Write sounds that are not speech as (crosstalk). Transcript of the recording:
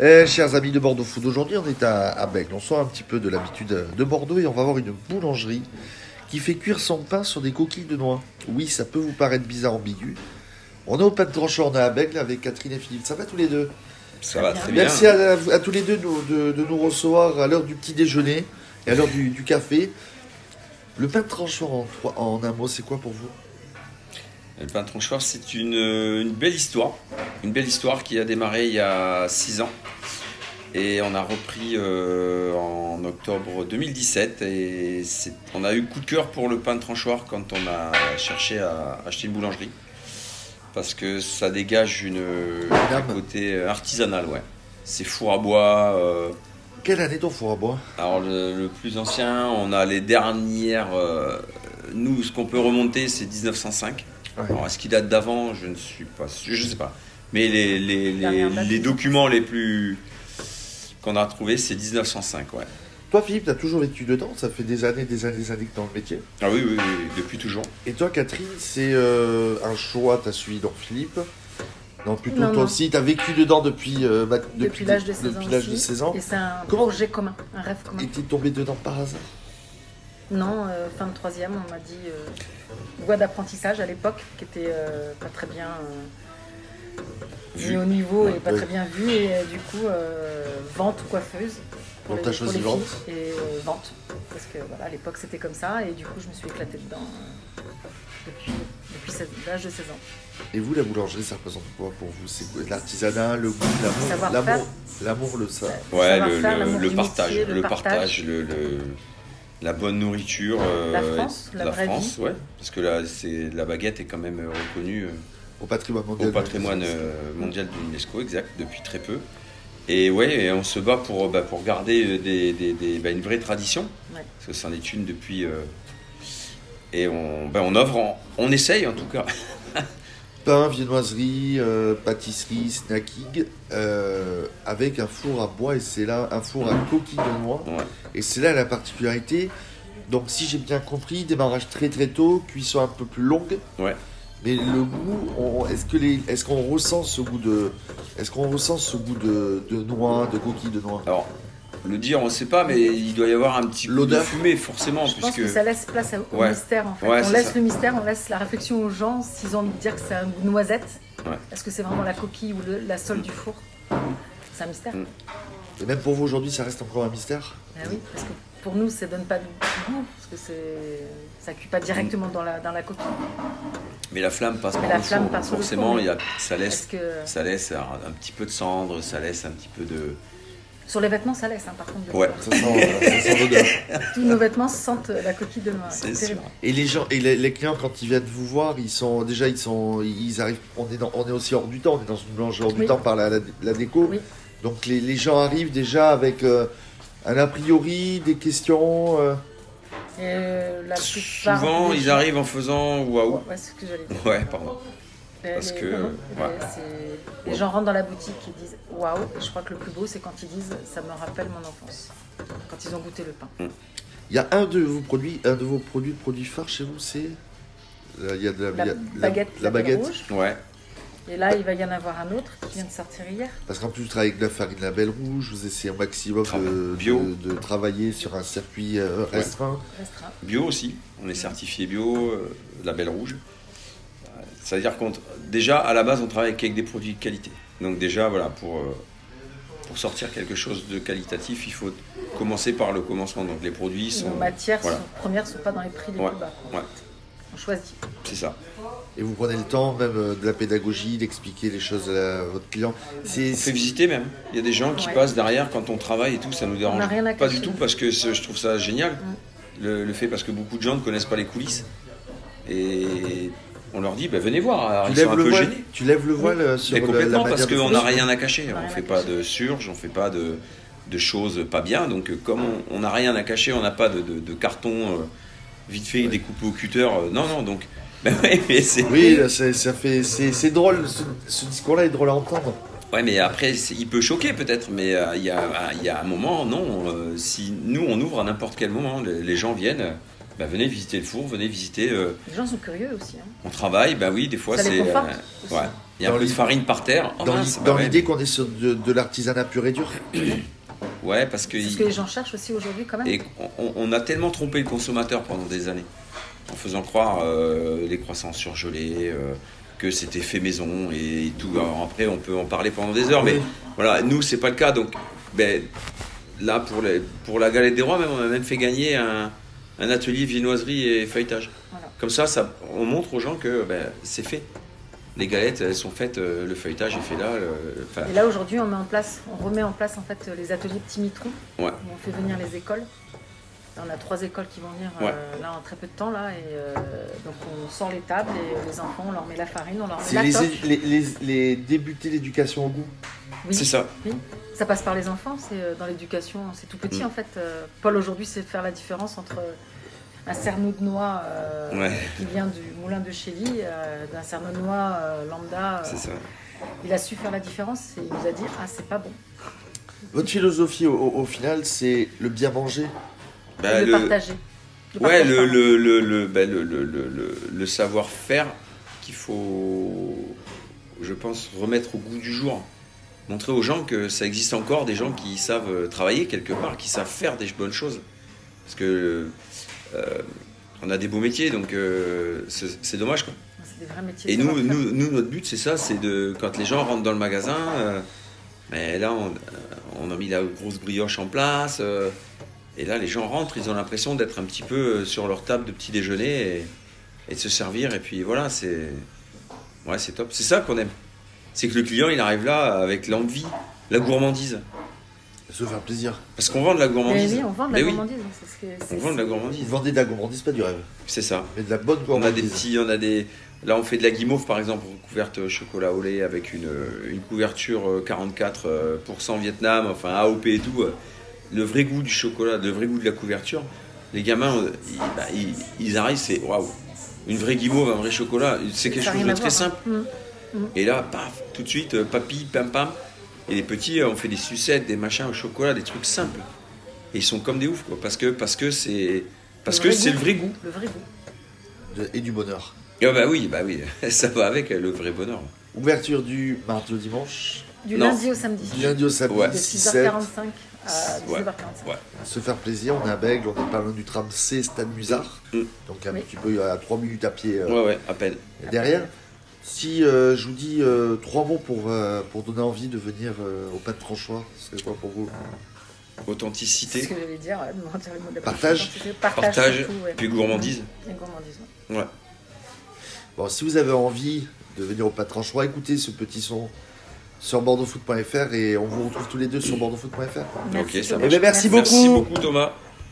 Eh, chers amis de Bordeaux Food, aujourd'hui on est à, à Bègle. On sort un petit peu de l'habitude de Bordeaux et on va voir une boulangerie qui fait cuire son pain sur des coquilles de noix. Oui, ça peut vous paraître bizarre, ambigu. On est au pas de Tranchant, on est à Bègle avec Catherine et Philippe. Ça va tous les deux Ça va très bien. Merci à, à tous les deux de, de- de nous recevoir à l'heure du petit déjeuner et à l'heure du, du café. Le pain de tranchant en, trois- en un mot, c'est quoi pour vous Le pain tranchoir, c'est une, une belle histoire. Une belle histoire qui a démarré il y a 6 ans. Et on a repris euh, en octobre 2017. Et c'est- on a eu coup de cœur pour le pain de tranchoir quand on a cherché à acheter une boulangerie. Parce que ça dégage une, un âme. côté artisanal, ouais. C'est four à bois. euh, Quelle année ton four à bois alors le, le plus ancien, on a les dernières. euh, nous, ce qu'on peut remonter, c'est 1905. Ouais. Alors est-ce qu'il date d'avant Je ne suis pas sûr, je sais pas. Mais les, les- les- Dernière date. les documents les plus qu'on a retrouvés, c'est 1905, ouais. Toi, Philippe, t'as toujours vécu dedans, ça fait des années, des années, des années que t'es dans le métier. Ah oui, oui, oui, oui, depuis toujours. Et toi, Catherine, c'est euh, un choix, t'as suivi dans Philippe. Non, plutôt Non, toi non. aussi, t'as vécu dedans depuis, euh, bah, Depuis, l'âge de 16 ans. depuis l'âge de aussi. 16 ans. Et c'est un Comment- projet commun, un rêve commun. Et t'es tombé dedans par hasard Non, euh, fin de troisième, on m'a dit euh, voie d'apprentissage à l'époque, qui était euh, pas très bien euh, Vu. mis au niveau Ouais, et pas ouais. très bien vu. Et euh, du coup, euh, vente ou coiffeuse. Donc t'as choisi filles. vente. Et euh, vente. Parce que voilà, à l'époque c'était comme ça. Et du coup, je me suis éclatée dedans euh, depuis, depuis 16 l'âge de 16 ans. Et vous, la boulangerie, ça représente quoi pour vous C'est quoi l'artisanat, le goût, l'amour, Savoir-faire. l'amour, l'amour, le ça. Ouais, savoir le, faire, le- l'amour le du partage, métier, le le partage, partage. le- le- la bonne nourriture. La euh, France, la vraie France, ouais. Parce que là, c'est la baguette est quand même euh, reconnue. euh, Au patrimoine mondial. au patrimoine euh, mondial de l'UNESCO, exact, depuis très peu. Et ouais, et on se bat pour, bah, pour garder euh, des, des- des- bah, une vraie tradition, Ouais. parce que c'en est une depuis. euh, et on, bah, on œuvre, en- on essaye en tout cas. Pain, viennoiserie, euh, pâtisserie, snacking, euh, avec un four à bois et c'est là un four à coquille de noix. Ouais. Et c'est là la particularité. Donc si j'ai bien compris, démarrage très très tôt, cuisson un peu plus longue. Ouais. Mais le goût, on- est-ce que les, est-ce qu'on ressent ce goût de, est-ce qu'on ressent ce goût de, de noix, de coquille de noix Alors, le dire, on ne sait pas, mais il doit y avoir un petit peu de L'odeur. fumée, forcément, Je pense puisque. que ça laisse place à- au Ouais. mystère en fait. Ouais, on c'est laisse ça. le mystère, on laisse la réflexion aux gens s'ils ont envie de dire que c'est un goût de noisette. Ouais. Est-ce que c'est vraiment la coquille ou le- la sole du four C'est un mystère. Mm. Et même pour vous aujourd'hui, ça reste encore un mystère. Bah oui, parce que pour nous, ça donne pas de goût, parce que c'est ça cuit pas directement dans la, dans la coquille. Mais la flamme passe Mais par la le four, flamme donc passe par le four, forcément, oui. il y a- ça Parce laisse, que ça laisse un, un petit peu de cendre, ça laisse un petit peu de. sur les vêtements, ça laisse. hein, par contre, de Ouais. Ça sent, euh, ça sent l'odeur. tous nos vêtements sentent la coquille de noix. C'est terrible. sûr. Et les gens, et les, les clients quand ils viennent vous voir, ils sont déjà, ils sont, ils arrivent. On est, dans- on est aussi hors du temps. On est dans une blanche hors du Oui. temps par la, la, la déco. Oui. Donc les, les gens arrivent déjà avec euh, un a priori, des questions. euh, Et, euh, la plupart Souvent, des ils gens- arrivent en faisant waouh. Ouais, c'est ce que j'allais dire. Ouais, pardon. Parce les, que, non, non, ouais. les- c'est- les gens rentrent dans la boutique et disent waouh, je crois que le plus beau c'est quand ils disent ça me rappelle mon enfance. Quand ils ont goûté le pain. Il y a un de vos produits, un de vos produits, produits phares chez vous, c'est. Là, Il y a de la, La il y a- baguette, la baguette. rouge. Ouais. Et là, il va y en avoir un autre qui vient de sortir hier. Parce qu'en plus, vous travaillez avec de la farine Label Rouge, vous essayez au maximum Travail de, bio. de- de travailler sur un circuit euh, Ouais. restreint. Restreint. Bio aussi, on est certifié bio, euh, label rouge. Euh, C'est-à-dire qu'on déjà à la base on travaille qu'avec des produits de qualité. Donc déjà voilà pour euh, pour sortir quelque chose de qualitatif, il faut commencer par le commencement. Donc les produits sont Nos matières voilà, sont- premières ne sont pas dans les prix les Ouais. plus bas. Ouais. On choisit. c'est ça. Et vous prenez le temps même euh, de la pédagogie, d'expliquer les choses à, votre client. C'est On fait visiter même. Il y a des gens qui Ouais. passent derrière quand on travaille et tout, ça nous dérange n'a rien à pas du cacher. Mm. tout parce que c'est- je trouve ça génial. Le, le fait parce que beaucoup de gens ne connaissent pas les coulisses et on leur dit bah, venez voir. Alors, tu ils sont lèves un le peu voile, gênés. tu lèves le voile euh, sur Mais la- la complètement, manière parce de qu'on n'a fonctionner. rien à cacher. On n'a On ne rien fait à pas cacher. de surge, on ne fait pas de, de choses pas bien. Donc, euh, comme on- on n'a rien à cacher, on n'a pas de, de- de carton euh, vite fait découpé au cutter. euh, non, non, donc. (laughs) Bah ouais, mais c'est- Oui, euh. là, c'est- ça fait, c'est c'est drôle. Ce, ce discours-là est drôle à entendre. Ouais, mais après, c'est- il peut choquer peut-être, mais euh, il y, a, il y a un moment, non. euh, si nous, on ouvre à n'importe quel moment, les, les gens viennent, euh, bah, venez visiter le four, venez visiter. euh, Les gens sont curieux aussi. hein. on travaille, bah oui, des fois Ça les c'est. conforte aussi. ouais, Il y a Dans un peu de l'idée- farine par terre. Oh Dans mince, l'i- dans ouais, l'idée qu'on est sur de, de l'artisanat pur et dur. Ouais, parce que C'est ce il- que les gens cherchent aussi aujourd'hui quand même. et on, on a tellement trompé le consommateur pendant des années en faisant croire euh, les croissants surgelés, euh, que c'était fait maison et tout. Alors après, on peut en parler pendant des heures, mais Oui. voilà, nous c'est pas le cas. Donc, ben, là pour, les- pour la galette des rois, même on a même fait gagner un, un atelier viennoiserie et feuilletage. Voilà. Comme ça, ça, on montre aux gens que ben, c'est fait. Les galettes, elles sont faites, euh, le feuilletage est fait là. le- enfin, Et là aujourd'hui, on met en place, on remet en place en fait les ateliers petits mitrons. Ouais. où On fait venir les écoles. On a trois écoles qui vont venir euh, là en très peu de temps là et euh, donc on sort les tables et euh, les enfants, on leur met la farine, on leur met C'est la les, toque. les, les, les débuter l'éducation au goût. Oui. c'est ça. Ça passe par les enfants, c'est euh, dans l'éducation, c'est tout petit Mm. en fait. Euh, Paul aujourd'hui c'est de faire la différence entre euh, un cerneau de noix euh, Ouais, qui vient du moulin de Chély, euh, d'un cerneau de noix euh, lambda. euh, c'est ça. il a su faire la différence et il nous a dit ah c'est pas bon. Votre philosophie au, au- au final, c'est le bien manger. Ben, Et de le- partager. De Ouais, partager, le, pardon. le, le, le, ben, le, le, le- le- le savoir-faire qu'il faut, je pense, remettre au goût du jour. Montrer aux gens que ça existe encore, des gens qui savent euh, travailler quelque part, qui savent faire des bonnes choses. Parce que euh, on a des beaux métiers, donc euh, c'est c'est dommage. Quoi. C'est des vrais métiers. Et de nous, savoir-faire. nous, nous, notre but, c'est ça, c'est de quand les gens rentrent dans le magasin, euh, mais là, on, euh, on a mis la grosse brioche en place, euh, et là, les gens rentrent, ils ont l'impression d'être un petit peu euh, sur leur table de petit déjeuner et, et de se servir, et puis voilà, c'est ouais, c'est top. C'est ça qu'on aime. C'est que le client, il arrive là avec l'envie, la gourmandise, Se faire plaisir. parce qu'on vend de la Mais gourmandise. Ben oui, on vend de la Mais oui, gourmandise. hein, c'est ce que- c'est- on vend de la Vous gourmandise, vendez de la gourmandise, pas du rêve. c'est ça. Mais de la bonne On a bah, des gourmandise. petits, on a des. Là, on fait de la guimauve, par exemple, couverte au chocolat au lait avec une, une couverture euh, 44% euh, pour cent Vietnam, enfin AOP et tout. euh, Le vrai goût du chocolat, le vrai goût de la couverture. Les gamins, euh, ils, bah, ils- ils arrivent, c'est waouh! Une vraie guimauve, un vrai chocolat, c'est quelque ça a chose rien de à très voir, hein. simple. Mm. Et là, paf, tout de suite, euh, papy, pam pam. Et les petits, euh, on fait des sucettes, des machins au chocolat, des trucs simples. Et ils sont comme des oufs, quoi, parce que parce que c'est parce Le que vrai c'est goût. le vrai goût. Le vrai goût. De- et du bonheur. Ah bah oui, bah oui, (laughs) ça va avec le vrai bonheur. Ouverture du mardi au dimanche. Du Non. lundi au samedi. Du lundi au samedi, Ouais. de 6-7. 6h45 à Ouais. 19h45. Ouais. Se faire plaisir, on est à Bègle, on est pas loin du tram C, Stade Musard. Mm. Donc un Oui. petit peu à 3 minutes à pied euh, Ouais, ouais, à peine. Et derrière, si euh, je vous dis euh, trois mots pour, euh, pour donner envie de venir euh, au pain de tranchoir, ce serait quoi pour vous C'est ce Authenticité, que j'allais dire. euh, me retirer le mot de la Partage. présentation, Partage. partage, surtout, ouais. puis gourmandise. La gourmandise, ouais. Ouais. Bon, si vous avez envie de venir au pain de tranchoir, écoutez ce petit son sur bordeauxfoot.fr et on vous retrouve tous les deux sur bordeauxfoot.fr. Merci, ça Thomas. marche. Eh bien, merci beaucoup. Merci beaucoup Thomas.